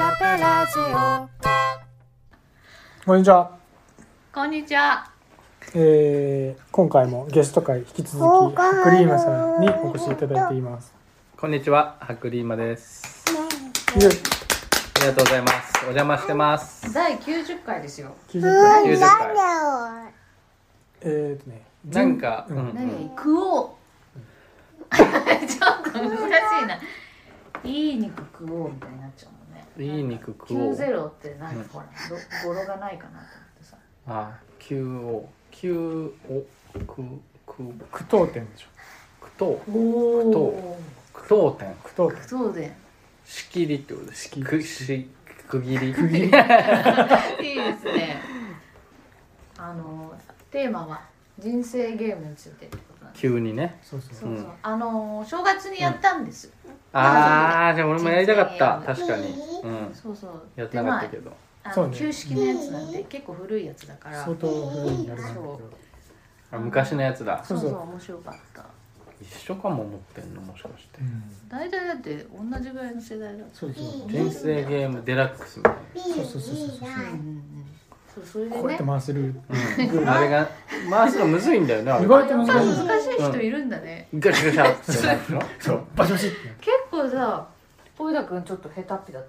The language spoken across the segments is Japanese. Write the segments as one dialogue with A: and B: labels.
A: ラジオ
B: こんにちは、
C: こんにちは。
B: えー、今回もゲスト会引き続きクリーマさんにお越しいただいています
D: こんにちは、ハクリーマです。
B: で
D: ありがとうございます。お邪魔してます。
C: 第90回ですよ。
B: 90回
D: 90回。
B: えー、とね
D: なんか、うん、う
C: 何、
D: ん、
C: 食おう。ちょっと難しいな。いい肉食おうみたいになっちゃうもんね。
D: いい肉食お
C: 九
D: う。
C: ゼロってなんかほら、ど語呂がないかなと思ってさ。
D: あ、九を、九を、く、く、
B: 苦闘点でしょ
D: くとう、
C: おお。
D: くとうてん。
B: 苦闘点
C: そうで。
D: 仕切りってことです。
B: 仕切り
D: く、し、区切り。
C: いいですね。あのテーマは人生ゲームについてってことなんです。
D: 急に ね。
B: そうそう
C: そうそう。
D: うん
C: あの正月にやったんです。
D: あー、じゃあ俺もやりたかった。
C: 人
D: 確かに。うん。
C: そうそう。
D: やってなかったけど。
C: あ
B: そう
C: の、
B: ね
C: 旧式のやつなんで結構古いやつだから
B: 相当古いになるんだけど
D: あ昔のやつだ。
C: そうそう
B: そうそう
C: 面白かった
D: 一緒かも思ってんの、もしかして
B: う。ん
C: 大体だって同じぐらいの世代だった
B: そうそう
D: 人生ゲームデラックスみたいな。
B: そうそうそうそう
C: うんうんうんそうそれで
B: こうや
C: ね
B: って回せる
D: うん、あれが回すのむずいんだよねあれ
B: 意外
C: や
B: と
C: っぱり
B: 難しい
C: 難しい人いるんだね、
D: ガシャガシャってなるでしょ
B: そうバシバシって
C: 結構さ小枝君ちょっと下手っぴだったよね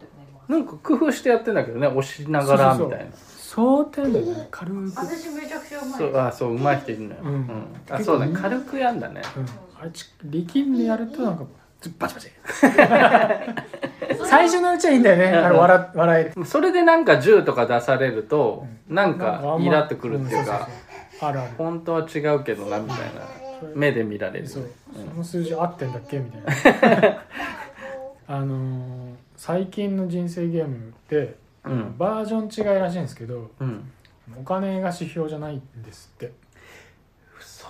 C: 今
D: なんか工夫してやってんだけどね押しながらみたいな
B: そう点だよね軽く、うん、
C: 私めちゃくちゃうまい
D: そうあそう上手い人いるのよ、
B: う
D: うんんあそうだね軽くやんだね
B: あれち力んでやるとなんかずバシバシ
C: それ
B: 最初のうちはいいんだよねあれ笑笑えて
D: それでなんか銃とか出されると、なん
B: なんかあ
D: か
B: んま
D: イラってくるっていう
B: うんそう
D: か
B: そ、あるある
D: 本当は違うけどなみたいな目で見られる
B: そう、
D: うん
B: その数字合ってんだっけみたいな あのー最近の人生ゲームって、
D: うん
B: バージョン違いらしいんですけど
D: うん
B: お金が指標じゃないんですって
D: 嘘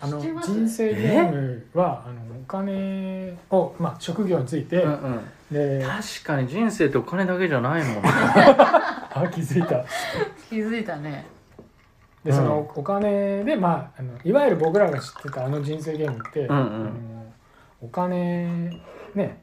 B: あの
C: 知ってます
B: 人生ゲームはあのお金を、まあ、職業について、
D: うんうん
B: で
D: 確かに人生ってお金だけじゃな いもんね
B: あ気づいた
C: 気づいたね
B: でそのお金で、まあ、あのいわゆる僕らが知ってたあの人生ゲームって、
D: うんう
B: あ
D: ん
B: のお金ね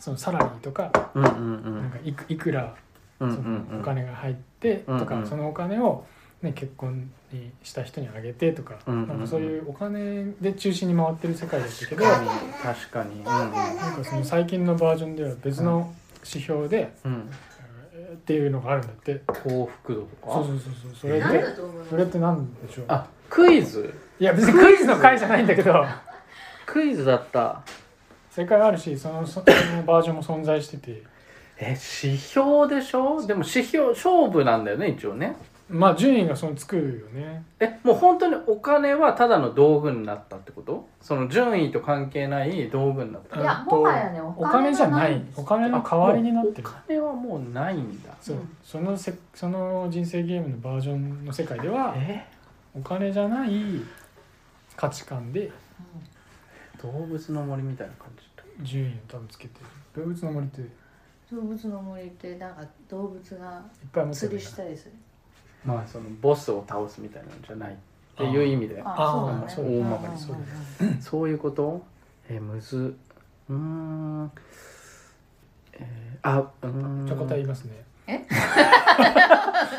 B: そのサラリーとか
D: うんうんう
B: なん
D: ん
B: かいくいくら
D: うんうん
B: その
D: う
B: お
D: ん
B: 金が入ってとか、
D: うんうん
B: そのお金を、ね、結婚にした人にあげてとか,、
D: うんうんうん
B: なんかそういうお金で中心に回ってる世界だったけど
D: 確
B: な
D: かに確かにうん
B: んかその最近のバージョンでは別の指標で、
D: うん、うん
B: えーっていうのがあるんだって
D: 幸福度とか
B: そうそうそうそうそれ
C: 何
B: で
C: だと思う
B: それって何でしょう
D: あクイズ
B: いや別にクイズの回じゃないんだけど
D: クイズだった
B: 世界あるしそのそそのバージョンも存在してて
D: え指標でしょでも指標勝負なんだよね一応ね
B: まあ順位がそのつくよね
D: えもう本当にお金はただの道具になったってことその順位と関係ない道具になった
C: いや
B: うんと
C: もはやね
B: お
C: お
B: 金
C: 金
B: じゃ
C: が
B: な
C: ないい
B: お金の代わりになってる
D: お金はもうないんだ
B: そううんそのせその人生ゲームのバージョンの世界では
D: え
B: お金じゃない価値観で
D: 動物の森みたいな感じだ
B: 順位を多分つけてる動物の森っていっ
C: うん動物の森ってなんか動物が
B: ぱい持って
C: 釣
B: る
C: り
B: じゃ
C: し
B: ん
C: たりする
D: まあそのボスを倒すみたいなんじゃないっていう意味で
B: あー
C: そう
D: 大
C: だね
D: まかにそう
B: だね
C: うん
D: そういうことえむずうーんえー、あうーん
B: ちょこたえ言いますね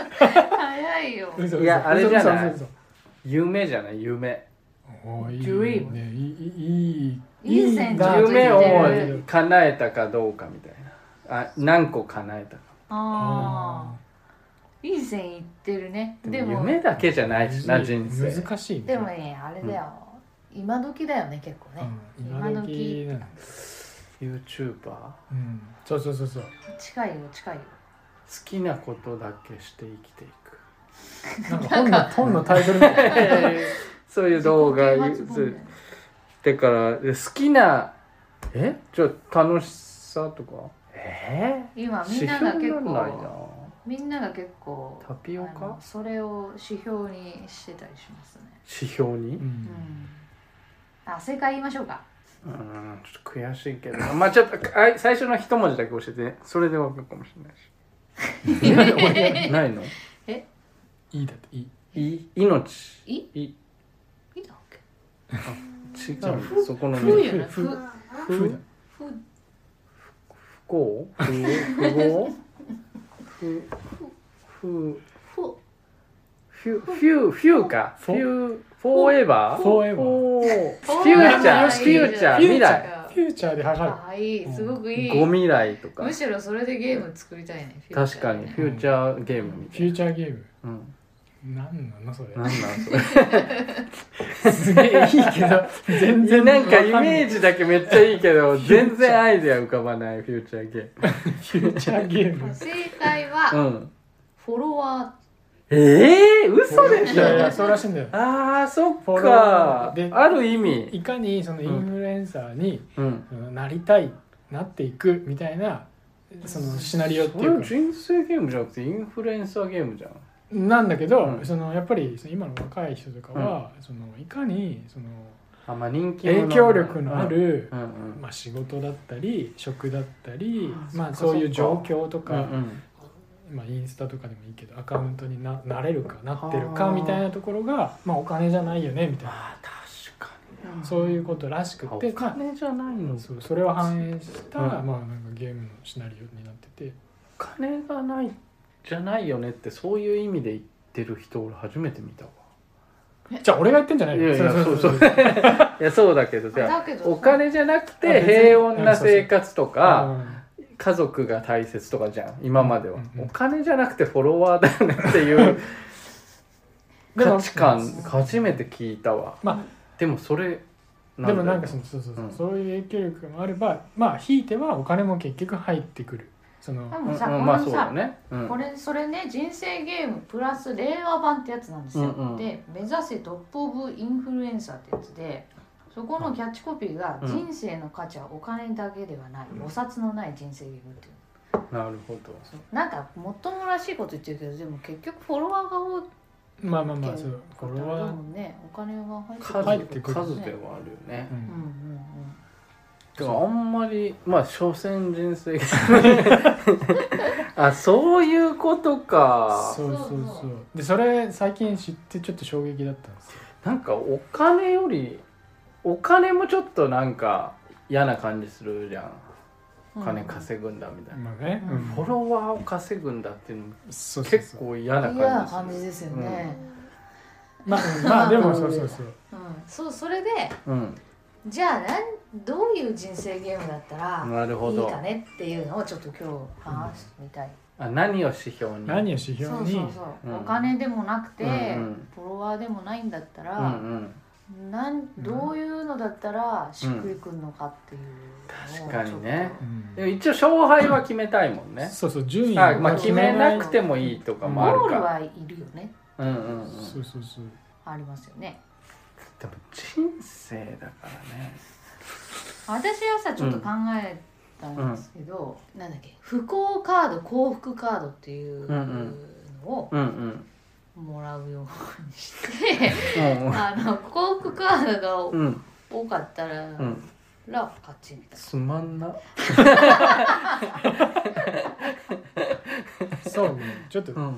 C: 早いよ
B: 嘘嘘
D: いやあれじゃない
B: 嘘嘘嘘
D: 夢じゃない夢
B: おーいい
C: Dream
B: ねいいいい
C: いい線じゃん
D: 夢
C: 夢
D: を叶えたかどうかみたいなあ何個叶えたか
C: ああいい線いってるねで
D: でも
C: も
D: 夢だけじゃないしな
B: むずい
D: 人生
B: 難しいね
C: でもねあれだよ、今時だよね結構ね、
B: うん今時なの
D: YouTuber 好
B: うんそうそうそうそう
C: 近いよ近いよ
D: きなことだけして生きてい く
B: なんか本の本のタイトルみ たいな
D: そういう動画
C: 自己啓発本だよね
D: だからで好きなえじゃあ楽しさとかえ
C: 今み
D: ー、
C: んなが結
D: 指標にならないな
C: 構みんなが結構
D: タピオ
C: あの
D: カ
C: それを指標にしてたりしますね、
D: 指標に
B: う
C: うんん、あ正解言いましょうか
D: うーんちょっと悔しいけどまあちょっとあ最初の一文字だけ教えてそれでわかるかもしれないし 俺ないの
B: いいだっていい
D: い命
C: い
D: い違
C: いいだっけ
D: うそこの
C: ふ
D: ね
C: うよねふ
B: ふうだ
C: ふ
D: 不幸不不合ふふ
C: ふ
D: フュフュフューか
B: フ
D: フ
B: ォ
D: ューフォーエバ
B: フ
D: ー
B: ォーエバー
D: フォーフューチャーフ
C: フュ
D: ュ
C: ー
D: ー
C: チ
D: チ
C: ャー
D: ャー未来
B: フューチャーで測る
C: かわいいすごくいい
D: ゴミ来とか
C: むしろそれでゲーム作りたいねフューチ
D: 確
C: ャー
D: か
C: で
D: に
C: ね
D: フューチャーゲームみ
B: フ
D: た
B: ュー
D: い
B: チャーゲーム
D: な、う
B: な
D: ん、
B: んなのそれ
D: なんなんそれ
B: すげえいいけど全然
D: なんかイ
B: わんない
D: メージだけめっちゃいいけど全然アイデア浮かばないフューチャーゲ
B: フューチャーゲーム
C: 正解
D: ーム
C: は
D: うん
C: フォロワ
D: ええー、嘘で
B: い
D: し
B: やいや
D: ょ
B: そうらしいんだよ
D: あーそっ
B: フォロワ
D: か
B: ーで
D: ある意味、
B: いかにそのインフルエンサーに
D: うん、
B: うんなりたいなっていくみたいなそのシナリオって
D: そ
B: いう
D: れ
B: か
D: 人生ゲームじゃなくてインフルエンサーゲームじゃん
B: なんだけど、
D: うん
B: そのやっぱりその今の若い人とかは、そのいかにその
D: あまあ人気
B: 影
D: 者なんだ
B: 響力のあ、る、
D: うんうん
B: まあ、仕事だったり職だったり、
D: あ
B: まあ、
D: そっ
B: そ
D: か
B: ういう状況と
D: うん
B: か、まあ、インスタとかでもいいけどアカウントにななれるかなってるか
D: あー
B: みたいなところが、まあ、お金じゃないよねみたいな
D: あー確か
C: ー
B: そういうことらしく
D: に
B: て、
D: お金じゃないの
B: まあそうそれを反映した、
D: うん
B: まあ、なんかゲームのシナリオになってて。
D: お金がないじゃないよねってそういう意味で言ってる人俺初めて見たわ
B: じゃあ俺が言ってんじゃない
D: い
B: よ
D: やいやそうそういやそうだけどじゃあ
C: だけど
D: お金じゃな
B: あ
D: くて
B: 別に
D: 平穏な生活とか
B: あ
D: 家族が大切とかじゃん今までは
B: うんうんうん
D: お金じゃなくてフォロワーだよねっていう
B: でも
D: 価値観
B: うん
D: 初めて聞いたわ
B: ま
D: でもそれ
B: あでもなんかそ
D: そ
B: のそうそうそう、
D: うん
B: そういう影響力もあればまあひいてはお金も結局入ってくるその
C: で
D: うんう
C: も
D: ん
C: さ、
D: まあ
C: こ
D: そう
C: の
D: だ
C: さ、
D: ねうん
C: これそれね人生ゲームプラス令和版ってやつなんですよ、
D: うんうん
C: で「目指せトップ・オブ・インフルエンサー」ってやつでそこのキャッチコピーが「
D: うん
C: 人生の価値はお金だけではない、お札のない人生ゲーム」っていう
D: なるほど
C: なんかもっともらしいこと言ってるけどでも結局フォロワーが多い
B: まあまあまあそうこれ
C: だ
B: は
C: も、んねお金が入って
D: 数
B: 入ってくる
D: 数ではあるよね
B: う
C: うんうん
B: ん
D: てかあんまりまあ所詮人生あそういうことか
B: そうそう
C: そう
B: そ
C: そう
B: でそれ最近知ってちょっと衝撃だったんですよ
D: なんかお金よりお金もちょっとなんか嫌な感じするじゃん
C: うんうん
D: 金稼ぐんだみたいな、
B: まあね、
C: うん
B: うん
D: フォロワーを稼ぐんだっていうの
B: そうそう
D: 結
B: そう
D: 構嫌な
C: 嫌な
D: 感
C: 感じ
D: じする
C: ですよね、
B: まあうん まあでもそうそうそう
C: うんそうそれで
D: うん
C: じゃあなんどういう人生ゲームだったら、
D: なるほ
C: いい
D: ど
C: かねっていうのをちょっと今日話してみたい、
D: あ何を指標に
B: 何を指標
C: そう
B: に
C: そうそう、
D: うん
C: お金でもなくて、
D: うんうん
C: フォロワーでもないんだった
D: うんう
C: ら、
D: ん
C: なん
B: うん
C: どういうのだったらしっくりくるのかっていうのを
D: 確かにね
C: ちょっ
B: うん
D: でも一応勝敗は決めたいもんね
B: そうそう順位
D: あ
B: を
D: まあ決めなくて
B: も
D: もいいとか
C: と
D: もある
C: ゴール
D: か
C: はいるよね
D: うんうんうん
B: そうそうそう
C: ありますよね
D: でも人生だからね
C: 私はさちょっと考えたんですけど、なんだっけ不幸カード幸福カードっていう
D: うんう
C: の
D: ん
C: を
D: うんうん
C: もらうようにして、
D: うん
C: あの幸福カードが
D: うん
C: 多かったら、
D: うん
C: ら勝ちみたい
D: つまんな
B: そうねちょっと
D: うん
C: な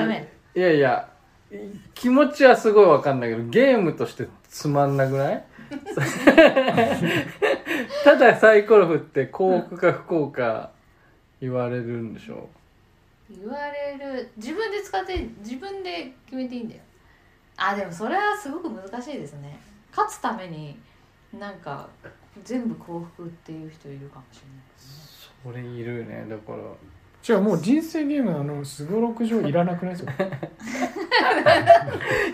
C: ダメ
D: いやいやい気持ちはすごいわかんないけどゲームとしてつまんなくない ただサイコロ振って幸福か不幸か言われるんでしょ
C: 言われる自分で使って自分で決めていいんだよあでもそれはすごく難しいですね勝つためになんか全部幸福っていう人いるかもしれないですね
D: それいるねだから
B: 違うもう人生ゲームのあのすごろく上いらなくないですか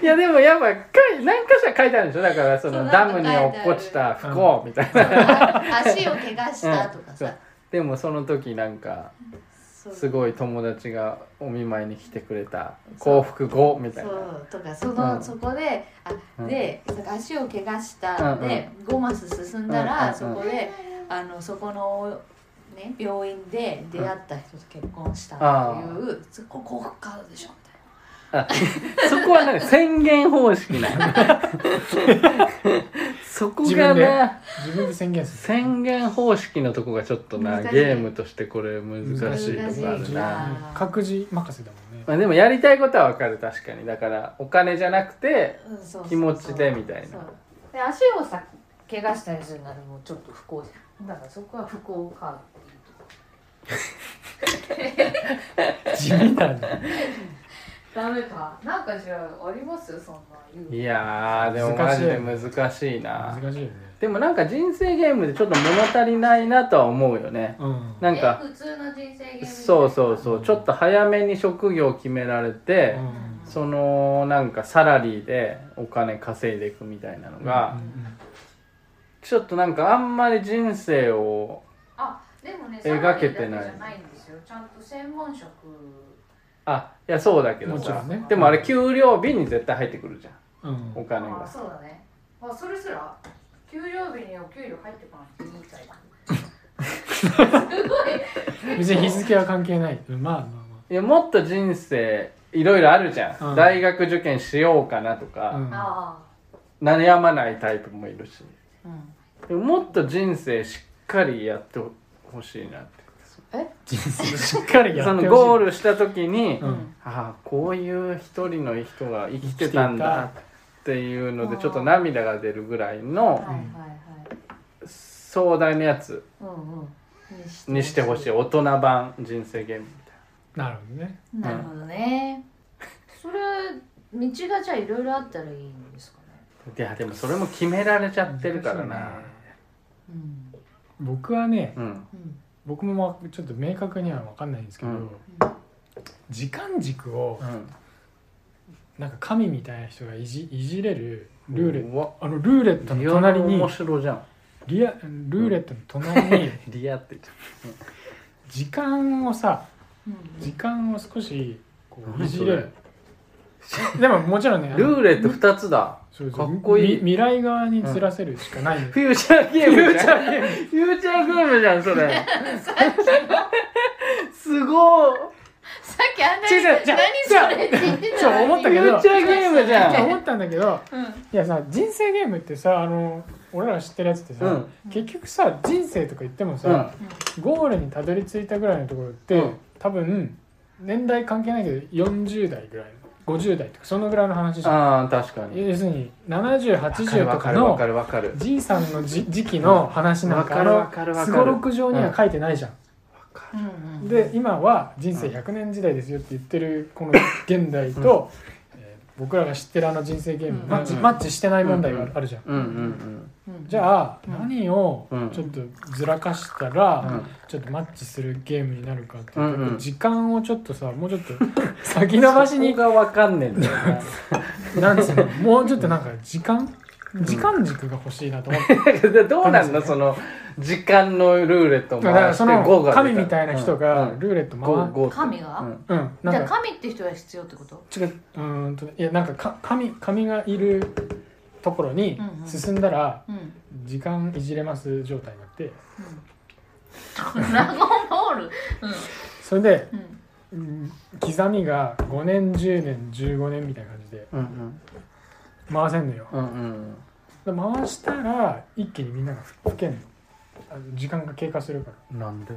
D: いやでもやっぱかい何かしら書いてあるんでしょだからそ
C: そう
D: の
C: な
D: ダ
C: んか
D: ムに落っこちた不幸みたいな、
C: あ足を怪我したとか
D: そ
C: さ
D: う、でもその時なんか
C: そう
D: すごい友達がお見舞いに来てくれた幸福後みたい
C: そ
D: な
C: うとかその、
D: うん
C: そこで
D: う
C: あ
D: ん
C: でなんか足を怪我した
D: うんうん
C: で、5マス進んだら、
D: うんうんうん
C: そこであのそこの、ね、病院で出会った人と結婚したっていう、そこ幸福カードでしょみたいな
D: あそこはなんか宣言方式なの そこ
B: 自
D: が
B: 分で
D: な
B: 自分で宣言する
D: 宣言方式のとこがちょっとな
C: 難しい
D: ゲームとしてこれ難しい
C: 難
D: と
C: し
D: こあ
C: い
D: る
C: か
D: な、
B: うん各自任せだもんね
D: まあ、でもやりたいことはわかる確かにだからお金じゃなくて
C: うんそうそうそう
D: 気持ちでみたいな
C: そうで足をさ怪我したりするならもうちょっと不幸じゃんだからそこは不幸カード
B: 地味だね
C: ダメかなんかじゃあありますそんな言う
D: いやーでも
B: 難
D: マ
B: し
D: ジ
B: い
D: で難しいな
B: 難しいよね
D: でもなんか人生ゲームでちょっと物足りないなとは思うよね
B: うん
D: なんか
C: え普通の人生ゲーム
D: そうそう
C: う
D: そうちょっと早めに職業を決められて、
B: うん
D: そのなんかサラリーでお金稼いでいくみたいなのが、ちょっとなんかあんまり人生を
C: あでもね
D: 描けて
C: サラリーだ
D: ない
C: けじゃないんですよちゃんと専門職
D: あいやそうだけど
B: もちろ
D: さ
B: んね
D: でもあれ給料日に絶対入ってくるじゃん
B: うんうん
D: お金
C: あ
D: が
C: そうだねあそれすら給料日にお給料入ってこなくていいみたいなすごい
B: 別に日付は関係ないうんまあまあ
D: いやもっと人生いろいろあるじゃん、
B: うん
D: 大学受験しようかなとか、
B: まあ
C: あ
D: 悩まないタイプもいるし
C: あ、うん、
D: でももっと人生しっかりやってほしいなって
B: うん 人生しっかりや
D: そ
B: ってほしい
D: のゴールした時に、
B: う
D: あ
B: ん
D: あこういう一人の人が生きてたんだっていうの
C: 生
D: で
C: き
D: ち
C: て
D: ょ
C: た
D: っと涙が出るぐらいの
C: はいはいはい
D: 壮大なやつ
C: うんうん
D: にしてほしい大人版人生ゲームみたい
B: なるほどね
C: なるほどね、それ道がじゃあいろいろあったらいいんですかね、
D: ないやでもそれも決められちゃってるからな、
B: 難しいね
C: うん
B: 僕はね
D: うん
C: うん
B: 僕もまちょっと明確には分かんないんですけど、
D: うん
B: 時間軸を
D: うん
B: なんか神みたいな人がいじいじれるルーレット
D: うわ
B: あのルーレットの
D: リアル
B: 隣に
D: 面白じゃん
B: リアルーレットの隣に
D: リアって言っちゃ
B: 時間をさ
C: うん
B: 時間を少しこう
D: 何
B: いじれ
D: そ
B: るでももちろんねあ
D: う
B: の
D: ルーレット2つだ
B: そうそう
D: かっこいい
B: み未来側にずらせるしかない、
D: フューチャーゲームじゃんフューチャーゲームじゃん それすごい
C: さっきあんな
B: 違う違う
C: に
B: 違う
C: 何それって言ってたのに
B: そう思っ
D: フ
B: たけど
D: ューチャーゲームじ
B: いや
D: ゃん
B: 思ったんだけど
C: うん
B: いやさ人生ゲームってさあの俺らが知ってるやつってさ、
D: うん
B: 結局さ人生とか言ってもさ、ゴールにたどり着いたぐらいのところって、
D: うん
B: 多分年代関係ないけど40代ぐらいの50代とかそのぐらいの話じゃん
D: ああ確かに
B: 要するに7080
D: わ
B: と
D: か
B: か
D: るわ
B: の
D: かるわかるわかる
B: じいさんのじ時期の話なんかあ
D: わかるわかるわか
B: のす
D: る
B: ごろく上には書いてないじゃん、
C: うんうん
B: で今は人生100年時代ですよって言ってるこの現代と、えー僕らが知ってるあの人生ゲーム、
C: うん
B: マッチ
D: うん
B: マッチしてない問題がある
D: う
B: あるじゃん、
D: うんうん
C: うん
B: じゃあ
C: うん
B: 何を
D: うん
B: ちょっとずらかした
D: うん
B: ら
D: うん
B: ちょっとマッチするゲームになるかっていう
D: うんうん
B: 時間をちょっとさもうちょっと 先延ばし
D: そこ
B: に
D: がわかんねえんだよ
B: な
D: な
B: んつうのもうちょっとなんか時間時間軸が欲しいなと思って
D: でどうなんだその時間のルーレットを
B: だから
D: 回し
B: そ
D: て5
B: の
D: が
B: 神みたいな人がルーレット
D: 5
B: 回
D: 5
C: 神が
B: るうん
C: じ
B: な
C: ゃあ
B: んか
C: 神って人が必要ってこと
B: 違ううーんとねいやなんかか神神がいるところに
C: うんうん
B: 進んだら
C: うん
B: 時間いじれます状態になって
C: うんドラゴンボール
B: それで
C: うんう
B: う
C: ん
B: ん刻みが5年10年15年みたいな感じで
D: うんうん
B: 回せんのよ
D: うんうん
B: で回したら一気にみんなが吹けんのあの時間が経過するから
D: うんなんで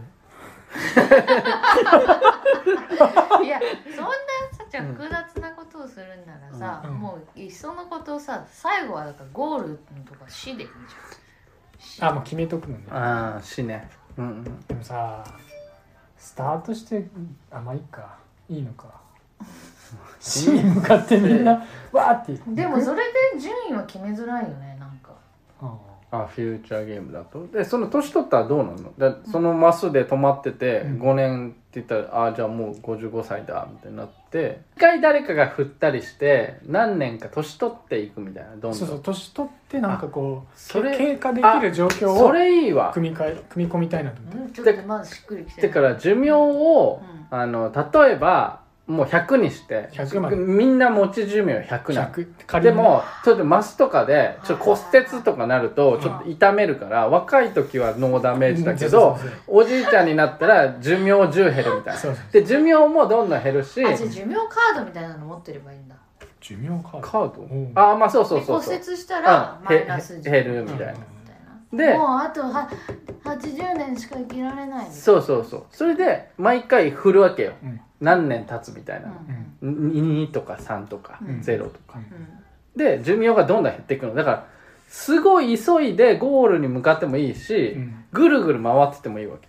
C: いやそんなさ複雑なことをするんならさ、
B: うん
C: もういっそのことをさ最後はだからゴールのとか死でいいじゃん
B: あもう決めとくのね
D: ああ死ねうんうん
B: でもさスタートしてあまあいいかいいの か死に向かってみんなわーって
C: でも
B: さ、
C: それで順位は決めづらいよねなんか
B: うん
D: あフューチャーゲームだとでその年取ったらどうなのだそのマスで止まってて
B: うん
D: 5年って言ったらあじゃあもう55歳だみたいになって一回誰かが振ったりして何年か年取っていくみたいなどんどん
B: そうそう年取ってなんかこう
D: それ
B: け経過できる状況
D: そ
B: を
D: れいいわ
B: 組み替え組み込みたいなと思って
C: うんちょっとまだしっくりきて
D: だ
C: ない
D: から寿命を、
C: う
D: あの例えばもう100にして
B: 100まで
D: みんな持ち寿命100なの
B: 100仮
D: で
B: に
D: もちょっとマスとかでちょっと骨折とかなると
B: あー
D: ちょっと痛めるから若い時はノーダメージだけ
B: うん
D: ど
B: そうそう
D: おじいちゃんになったら寿命10減るみたいな
B: そうそうそう
D: で寿命もどんどん減るし
C: あじゃあ寿命カードみたいなの持ってればいいんだ
B: 寿命か
D: カー
B: うん
D: ドああまあそうそう
C: で
D: そうそう
C: 骨折したら
D: うん
C: マイナス
D: へ
C: 10
D: 減るみたい
C: みた
D: な
C: いな
D: で
C: もうあとは80年しか生きられないみたいな
D: そうそうそうそれで毎回振るわけよ
B: うん
D: 何年経つみたいな
C: うんうん
D: 2とか3とか
C: うん
D: 0と
B: う
D: か
B: ん
D: で寿命がどんどん減っていくのだからすごい急いでゴールに向かってもいいし
B: うん
D: ぐるぐる回っててもいいわけ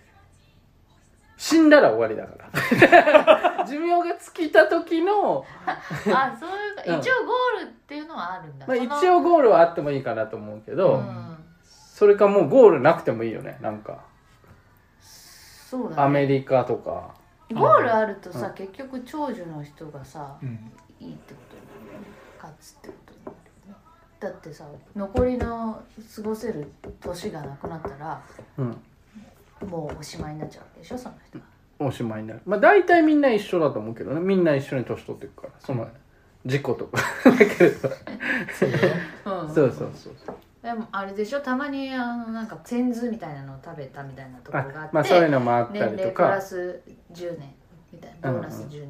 D: 死んだら終わりだから 寿命が尽きた時の、
C: あそういう
D: うん
C: 一応ゴールっていうのはあるんだ、
D: まあ、
C: そ
D: 一
C: の
D: 応ゴールはあってもいいかなと思うけど、
C: うん、
D: それかもうゴールなくてもいいよねなんか
C: そうだ
D: ア
C: ね
D: メリカとか
C: ゴールあるとさ、
D: う
C: 結局長女の人がさ
B: うん
C: いいってことになるよね勝つってことになるよねだってさ残りの過ごせる年がなくなったら
D: うん
C: もうおしまいになっちゃうわけでしょその人は
D: おしまいになるまあ大体みんな一緒だと思うけどねみんな一緒に年取っていくからその事故とか だけど
B: そうだよ
C: うん
D: そうそうそう
C: でもあれでしょたまにあのなんか全図みたいなのを食べたみたいなところがあっ
D: あ
C: て、
D: まあそういうのもあった
C: 年
D: りと
C: 齢プラ
D: か
C: ス10年みたいなボーナス10年み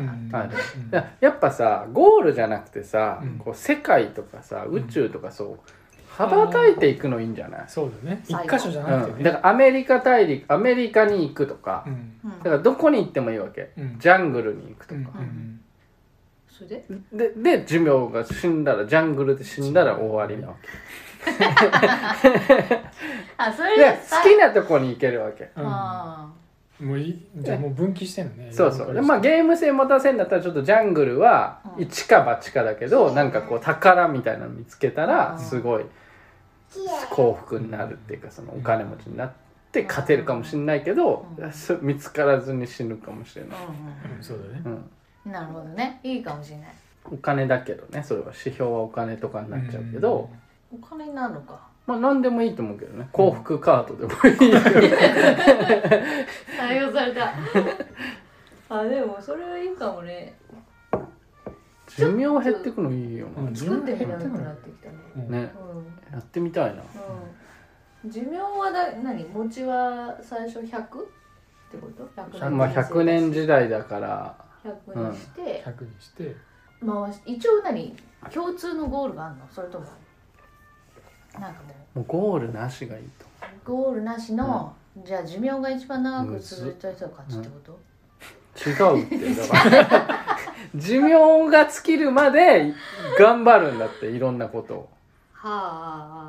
C: たいなのがあって、
D: ある
B: うん
D: いややっぱさゴールじゃなくてさ、
B: うん
D: こう世界とかさ宇宙とかそう羽ばたいていくのいいんじゃない、
B: そうだね一
C: 最後
B: 箇所じゃなく
D: う
B: て
D: ん、
B: ね
D: だからアメリカ大陸アメリカに行くとか、
B: うん
C: うん
D: だからどこに行ってもいいわけ
B: うん
D: ジャングルに行くと
B: うんうん
D: か、
B: うん
C: それで
D: でで寿命が死んだらジャングルで死んだら終わりなわけ
C: あそれ
D: で
C: で
D: 好きなとこに行けるわけ
C: あ
B: うんもういいじゃあもう分岐してんのね
D: そうそうでまあゲーム性持たせんだったらちょっとジャングルは
C: うん
D: 一か八かだけど、
C: うん
D: なんかこう宝みたいなの見つけ
C: う
D: たら
C: ん
D: すごい幸福になるっていうかそのお金持ちになって勝てるかもしれないけど、
C: うん
D: そ見つからずに死ぬかもしれ
C: ー
D: ない、
C: うん
B: うんそうだね
D: うん、
C: うんなるほどねいいかもしれない
D: お金だけどねそれは指標はお金とかになっちゃうけど、
C: お金になるのか
D: まあ何でもいいと思うけどね幸福カードでもいいけど
C: 採用された あでもそれはいいかもね
D: 寿命減ってくのいいよ
B: うん
C: 作ってみなくなってきたね
B: うん
D: な、ね
C: うん
D: やってみたいな
C: うん寿命はだ何餅は最初 100? ってこと100
D: まあ100年時代だから
C: 100にして、
B: 100にして
C: 回し一応何共通のゴールがあるのそれともなんかも
D: もうゴールなしがいいと
C: うゴールなしの、じゃあ寿命が一番長く続いた人が勝ちってこと、
D: 違うってだから 寿命が尽きるまで頑張るんだっていろんなことを
C: はあは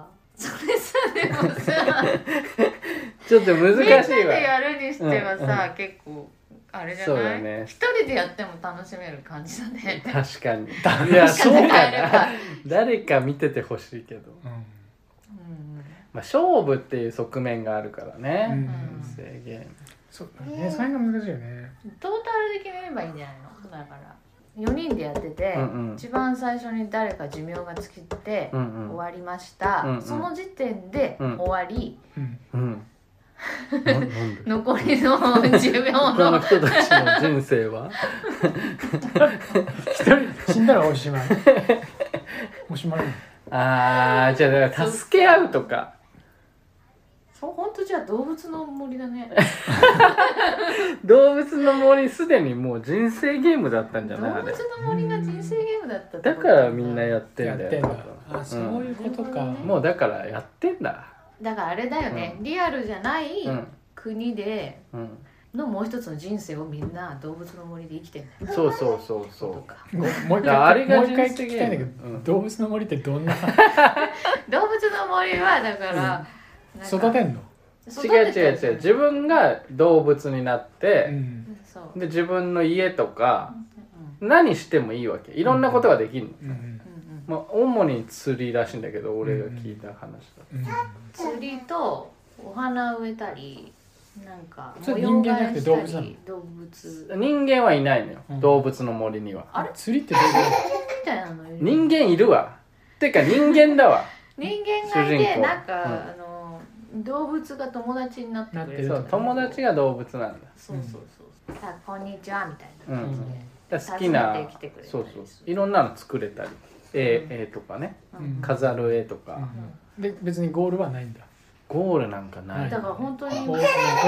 C: あ それさでもさ
D: ちょっと難
C: みん
D: し
C: なで
D: いわ
C: やるにしてはさ、結構あれじゃ
D: そう
C: な
D: だ
C: い、
D: ね
C: 一人でやっても楽しめる感じだね
D: 確かにいやそう
C: 考
D: か
C: えれば
D: な誰か見ててほしいけど、
B: う
C: うん
D: まあ、勝負っていう側面があるからね、
B: ん
C: うん
D: 制限
B: そうだねそれが難しいよね
C: トータルで決めればいいんじゃないのだから4人でやってて、
D: うんうん
C: 一番最初に誰か寿命が尽きて、
D: うん
C: 終わりました、
D: うんうん
C: その時点で
D: うん
C: 終わり、
B: うん
D: うんうんななんで
C: 残り の寿命
D: 他の
C: の
D: 人たちの人生は
B: 一人死んだらおし まいおしまい
D: ああじゃあだから助け合うとか
C: そう本当じゃあ動物の森だね
D: 動物の森すでにもう人生ゲームだったんじ
C: 動
D: ゃ ない
C: 物
D: あれ
C: の森が人生ゲームだったって
D: だ
C: こと
D: からみんなやって
B: や
D: ん
B: っ
D: だよ
B: てんだ
D: 多分
B: あそういうことか
C: うん
D: もうだからやってんだ
C: だからあれだよね、リアルじゃない
D: うん、
C: 国で
D: うん、
C: のもう一つの人生をみんな動物の森で生きてる
D: そうそうそう
C: と
D: そう
C: か
B: ごもう一
D: いやあれ
B: 回
D: が
B: もう一回
D: 人生
B: 聞
D: ゲ
B: きたいん
D: ー
B: だ
D: ム
B: け
D: うん
B: ど動物の森ってどんな
C: 動物の森はだから、なんか
B: 育てんの
D: 違う
C: 育てて
D: 違う
C: る
D: 違う自分が動物になって、
C: そう、
D: で自分の家とか
C: うん
D: 何してもいいわけいろんなことができるの、
B: うんうん
C: うんうん
D: まあ、主に釣りらしいんだけど俺が聞いた話だと、
B: うん
C: 釣りとお花植えたりなんか
B: そ
C: 模
B: れ
C: 様
B: 人間
C: 替
B: じゃな
C: え
B: くて動物
C: した
B: なの
C: り動物
D: 人間はいないのよ、
B: うん
D: 動物の森には
C: あれ
B: 釣りってどういうこ
C: みたいなのいる
D: 人間いるわてか人間だわ
C: 人間がい
D: 主人
C: て
D: 公
C: なんか、
D: うん
C: あの動物が友達になってくれる
D: そ
B: なっ
D: う
B: てる
D: 友達が動物なんだ
C: そうそうそうさあこんにちはみたいな感じで、
D: だから好きな
C: 訪ねてきてくれたりす
D: そ
C: る
D: うそういろんなの作れたり絵,、絵とかね
B: うん
C: うん
D: 飾る絵
B: と
D: とか、
B: うんで別にゴールはないんだ
D: ゴールなんかない、
B: うん
C: だから本当
B: オ
C: に
B: ープンオ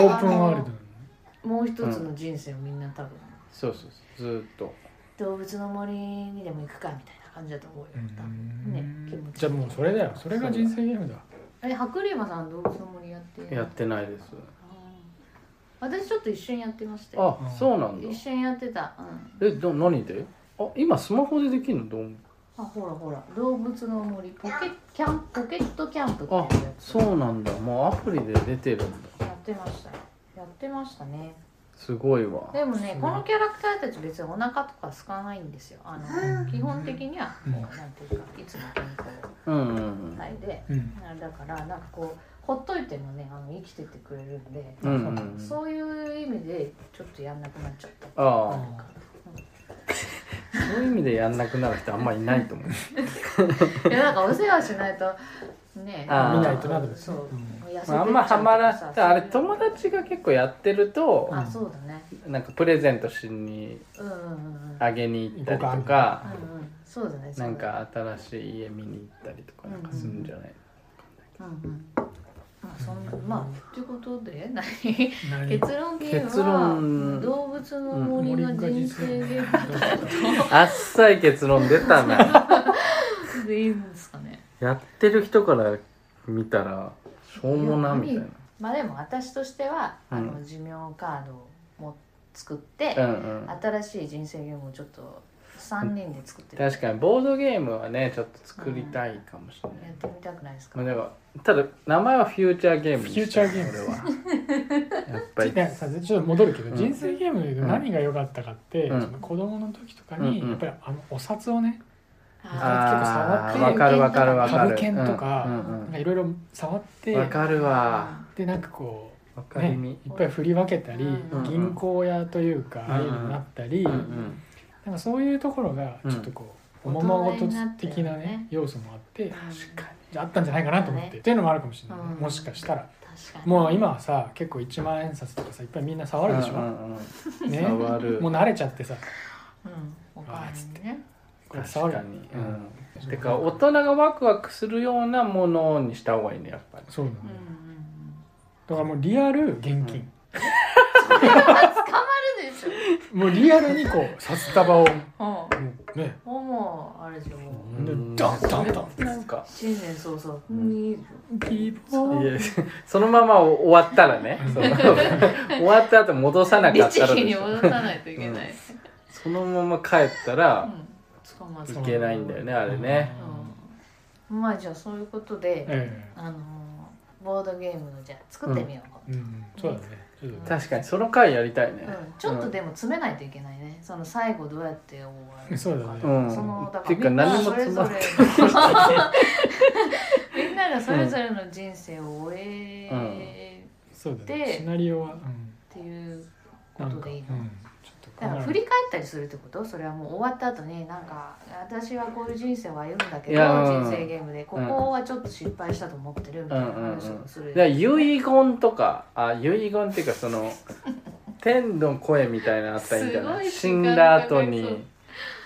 B: ープンワールドなの
C: もう一つの人生をみんな多分
D: そうそうそうずーっと
C: 動物の森にでも行くかみたいな感じだと思うよ、多分ね気持ちいい
B: じゃあもうそれだよそれが人生ゲームだ
C: え白龍馬さん動物の森やってる
D: やってないです
C: あー私ちょっと一瞬やってましたよ
D: あ、
B: うん
D: そうなんだ
C: 一瞬やってた、うん、
D: えど何であ今スマホでできるのどう思う
C: あほらほら動物の森ポケキャンポケットキャンプっていうや
D: あそうなんだもうアプリで出てるんだ
C: つやってましたよやってましたね
D: すごいわ
C: でもね
B: そう
C: このキャラクターたち別にお腹とか空かないんですよあ
B: う
C: の
B: ん
C: 基本的には
B: うん
C: こうなんていうかいつも健康
D: うんうんうん
C: 体で
B: うん
C: あれだからなんかこうほっといてもねあの生きててくれるんで、
D: うんうんうん
C: そういう意味でちょっとやんなくなっちゃ った
D: ああそういう意味でやんなくなる人あんまいないと思う
C: いやなんかお世話しないとね
D: あー見ない
B: となるです
C: そ
B: ね
C: う、痩せてっちゃうとか
D: ま
C: さ
D: ああんまハマらせてあれ友達が結構やってると
C: あそうだね
D: なんかプレゼントしに
C: うんうんうんうん
D: あげに行ったりと
B: 行こう
D: か
B: か
C: うんうんそうだねそうだ
D: な
C: ね
D: んか新しい家見に行ったりとかなんかするんじゃない
C: うんうんまあそんなまあということで 何
B: 何
C: 結論ゲーム
D: 結論
C: は動物の森の人生ゲームだっ
D: あっさい結論出たな
C: たでいいんですかね
D: やってる人から見たらしょうもなみたい
C: まあでも私としては、
D: うん
C: あの寿命カードをも作って、
D: なうんうん
C: 新しい人生ゲームをちょっと3人で作ってやっ
D: 確かにボードゲームはねちょっと作りたいかもしれない、
C: てみたくないですか、
D: まあ、でもただ名前はフューチャーゲームにしたい
B: フューチャーゲーム
D: 俺はやっぱり
B: いやさ ちょっと戻るけど、
D: うん
B: 人生ゲームで何が良かったかって、
D: うん
B: その子供の時とかに、
D: うん
B: やっぱりあのお札をね
D: ああ
B: 結構触
D: わ
B: って
D: かるわかるわかる
B: 株券とか
D: うん
B: なん
D: うん
B: かいろいろ触って
D: うんわかるわ
B: でなんかこ
D: わかりみ、
B: ういっぱい振り分けたり、
C: うん
B: 銀行屋というか、
D: ん
B: ああいうのになったり、
D: うんうん
B: なんかそういうところが
D: うん
B: ちょっとこう、おままごと的な
C: 大人になってるよ
B: ね
C: ね
B: 要素もあって
C: 確かに
B: あったんじゃないかなと思って、
C: ね
B: っていうのもあるかもしれないね、
C: うん
B: もしかしたら
C: 確かに
B: もう今はさ結構1万円札とかさいっぱいみんな触るでし
D: う
B: ょ、
D: んうんうん
B: ね
D: 触る
B: もう慣れちゃってさ
C: うんお金にね
B: これ触る
D: 確かに、う
B: うん
D: ん、てか大人がワクワクするようなものにした方がいいねやっぱり
B: そうなの、
C: うんうんう
B: だ
C: ん
B: からもうリアル現金、
C: あるでしょ
B: もうリアルにこう札束をも
C: も
B: うね
C: うもうあれでしょ
B: で
D: うん
B: ドンドンドン
D: なんか
C: 新年早々に
B: ピー
D: い
B: ポー
D: やそのまま終わったらねその終わった後戻さなかった
C: 律
D: ら
C: 儀
D: で
C: に
D: しょ
C: 戻さないといけない、
D: そのまま帰ったら
C: うん、捕ま
D: いけないんだよねあれね
C: うん、まあじゃあそういうことで、
B: え
C: あのーボードゲームのじゃあ作ってみよう、
B: えうんそうだねちょっとね
D: 確かにその回やりたいね
C: うんちょっとでも詰めないといけないね、その最後どうやって終わるの
B: そうだね
D: うん
C: そのだ
D: ていうか
C: みんな
D: 何も
C: それ
D: 詰
C: ぞ
D: まっ
C: れ
D: て
C: みんながそれぞれの人生を終え
B: そうだね
C: で
B: シナリオはうん
C: っていうこ
B: なん
C: と
B: かう
C: でいい
B: ん
C: の、
B: ちょっとこ
C: だ
B: ん
C: か
B: な
C: ら
B: の
C: 振り返ったりするってことそれはもう終わった後になんか私はこういう人生を歩むんだけ
D: い
C: ど
D: やうん
C: 人生ゲームでここはちょっと失敗したと思ってるみたいな話をする、
D: だから遺言とかあ遺言っていうかその天の声みたいなのあったらいいんじゃない
C: す
D: 死
C: ごい
D: ん
C: 時間か
D: だ
C: かりそう
D: 後に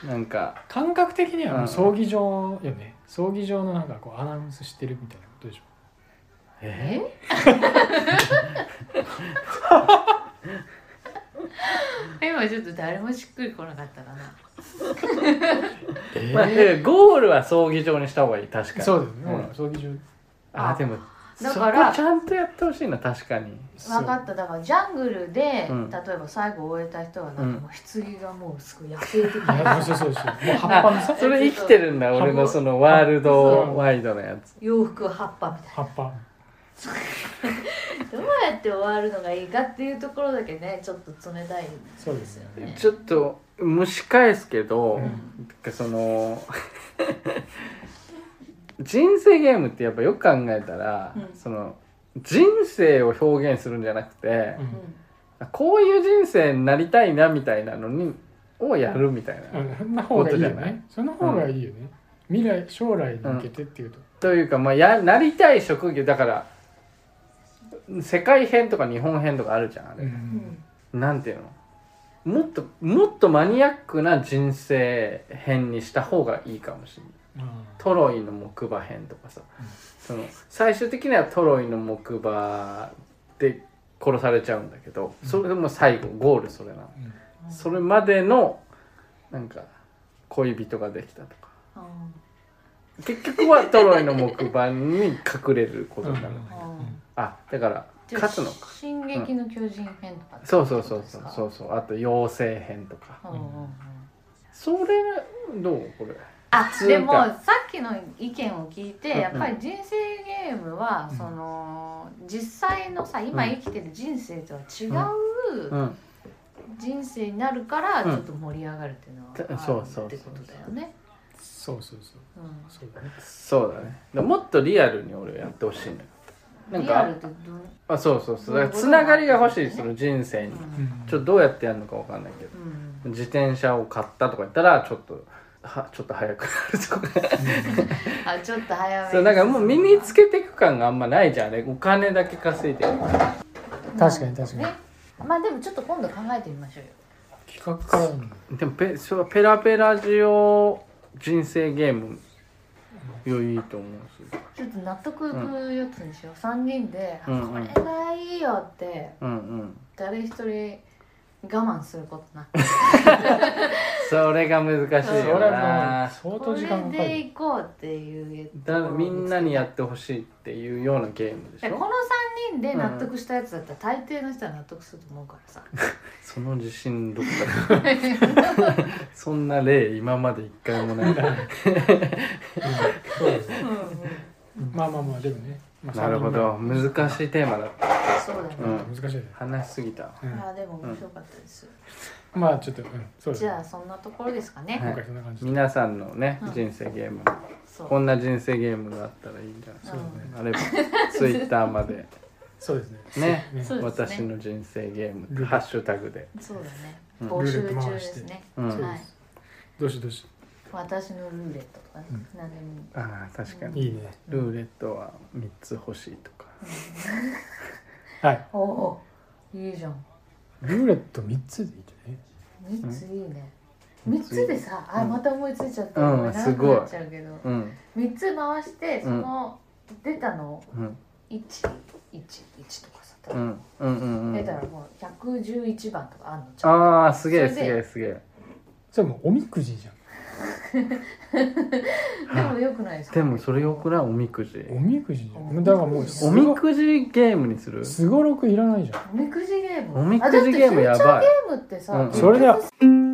D: なんか
B: 感覚的にはも
D: う
B: うん葬儀場よね葬儀場のなんかこうアナウンスしてるみたいなことでしょ
D: え
C: え今ちょっと誰もしっくりこなかったかな
D: まあ、ゴールは葬儀場にした方がいい確かに
B: そうだよね、
D: うん
B: ほら葬儀場
D: あでも
C: だから
D: そこちゃんとやってほしいな確かに
C: 分かっただからジャングルで、
D: うん
C: 例えば最後終えた人は
D: う
C: なん
D: ん
C: かもう棺がもうすごい野生的
B: い や
C: な
B: そうそうそうもう葉っぱの
D: あ
B: さ
D: それ生きてるんだ
B: 葉っぱ
D: 俺のそのワールドワイドなやつ
C: 洋服葉っぱみたい
B: 葉っぱ
C: などうやって終わるのがいいかっていうところだけねちょっと冷たい
B: そうですよね
D: ちょっと蒸し返すけど、
B: うん
D: なんかその 人生ゲームってやっぱよく考えたら、
C: うん
D: その人生を表現するんじゃなくて
B: う、ん
C: う
D: こういう人生になりたいなみたいなのにをやるみたいな、
B: うんそんな方がいいよ
D: ことじゃない
B: ねその方がいいよね未来将来に向けてっていうと
D: というか、まあ、やなりたい職業だから世界編とか日本編とかあるじゃんあれ、
C: ん
D: なんていうのもっともっとマニアックな人生編にした方がいいかもしれないトロイの木馬編とかさ、
B: うん
D: その最終的にはトロイの木馬で殺されちゃうんだけど
B: うん
D: それでも最後ゴールそれなの、
B: うん
C: ん
D: それまでのなんか恋人ができたとか
C: うん
D: 結局はトロイの木馬に隠れることになる、
B: うん
D: あだから
C: じゃあ
D: 勝つのか
C: 進撃の巨人編とかって
D: そうそうそ
C: こと
D: うそう
C: ですか
D: そうそうあと妖精編とか
C: うんうんうん
D: それどうこれ
C: あ
D: 普通か
C: でもさっきの意見を聞いて
D: うんうん
C: やっぱり人生ゲームは、
B: うん
C: その実際のさ今
D: うん
C: 生きてる人生とは違
D: う
C: ううん人生になるから
D: う
C: ち
D: ん
C: ょっと盛り上がるっていうのはあ
D: たそうそうそう
C: るってことだよね。
B: そうそうそう
C: う、
B: そうだね
D: そうだねだからもっとリアルに俺はやってほしいのよなんん
C: リアル
D: か
C: ってどう
D: あそうそうそうだ
C: どう
D: から
C: いう
D: つ
C: こと
D: ながりが欲しいその人
C: う
D: 生に
B: うんん
D: ちょっとどうやってやるのかわかんないけど
C: うん
D: 自転車を買ったとか言ったらちょっとはちょっと早くなるとか
C: あちょっと早めに
D: そうなんかもう身につけていく感があんまないじゃんねお金だけ稼いでる
B: 確かに確かに
C: ねまあでもちょっと今度考えてみましょうよ
B: 企画からの
D: でもペそうペラペラジオ人生ゲームよいいと思うんですよ
C: ちょっと納得いくやつにしよう、三人で、あ
D: うんうん
C: これがいいよって
D: うんうん
C: 誰一人我慢することなく
D: それが難し
B: そ
D: い
B: れ
D: よ
B: はもう
D: な
B: 相
C: こ
B: 当
C: れ
B: 時間かか
C: で
B: る
C: 行こうっていう
D: だからみんなにやってほしいっていうようなゲームでし
C: この
D: ょ
C: 3人で納得したやつだったら大抵の人は納得すると思うからさ
D: その自信どっかで そんな例今まで一回もないから
B: そうですね
C: うんうん
B: まあまあまあでもねまあ
D: なるほど難しいテーマだった
C: そうだね、
D: うん
B: 難しいね
D: 話しすぎたわ
B: うん
C: まあでも面白かったです、
B: まあちょっとうんそうです
C: じ
B: ね
C: ゃあそんなところですかね、
B: 今
D: はい
B: 回そんな感じで
D: 皆さんのね
C: うん
D: 人生ゲーム
C: そう
D: こんな人生ゲームがあったらいいんじゃないですか
C: うん
D: あればツイッターまで
B: そうですね
D: ね
B: ね
C: そうですね
D: 私の人生ゲームって
B: ルール
D: ハッシュタグで、
C: そうだね
D: うん
C: 募集中ですね、
D: うん、
B: そう
D: あ
C: はい
B: ですどうしどうし
C: 私のルーレットとかね、
B: うん
C: 何でもいい
D: あー確かに
B: いいね
D: ルーレットは3つ欲しいとか
B: はい
C: おおいいじゃん
B: ルーレット三つでいいんじゃない
C: 3ついいね、三3つでさ、あ
D: うん
C: また思いついちゃった、
D: うん
C: ごめん長くなっちゃうけど
D: うん
C: 3つ回してその出たのを
D: うん
C: 111とかさ、
D: うんうんうんう
C: 出た
D: ん
C: らもう111番とかあんのちゃんと
D: ああすげえす
C: それで
D: げえすげえ
B: それもうおみくじじゃん
C: でもよくないですか
D: でもそれよくないおみくじ
B: おみくじじゃんだからもうす
D: お
B: ご
D: みくじゲームにする
B: すごろくいらないじゃん
C: おみくじゲーム
D: おみくじゲームやば
C: あ
D: い
C: だってフューチャーゲームってさ、
D: うん
C: 結局
B: それでは
C: さ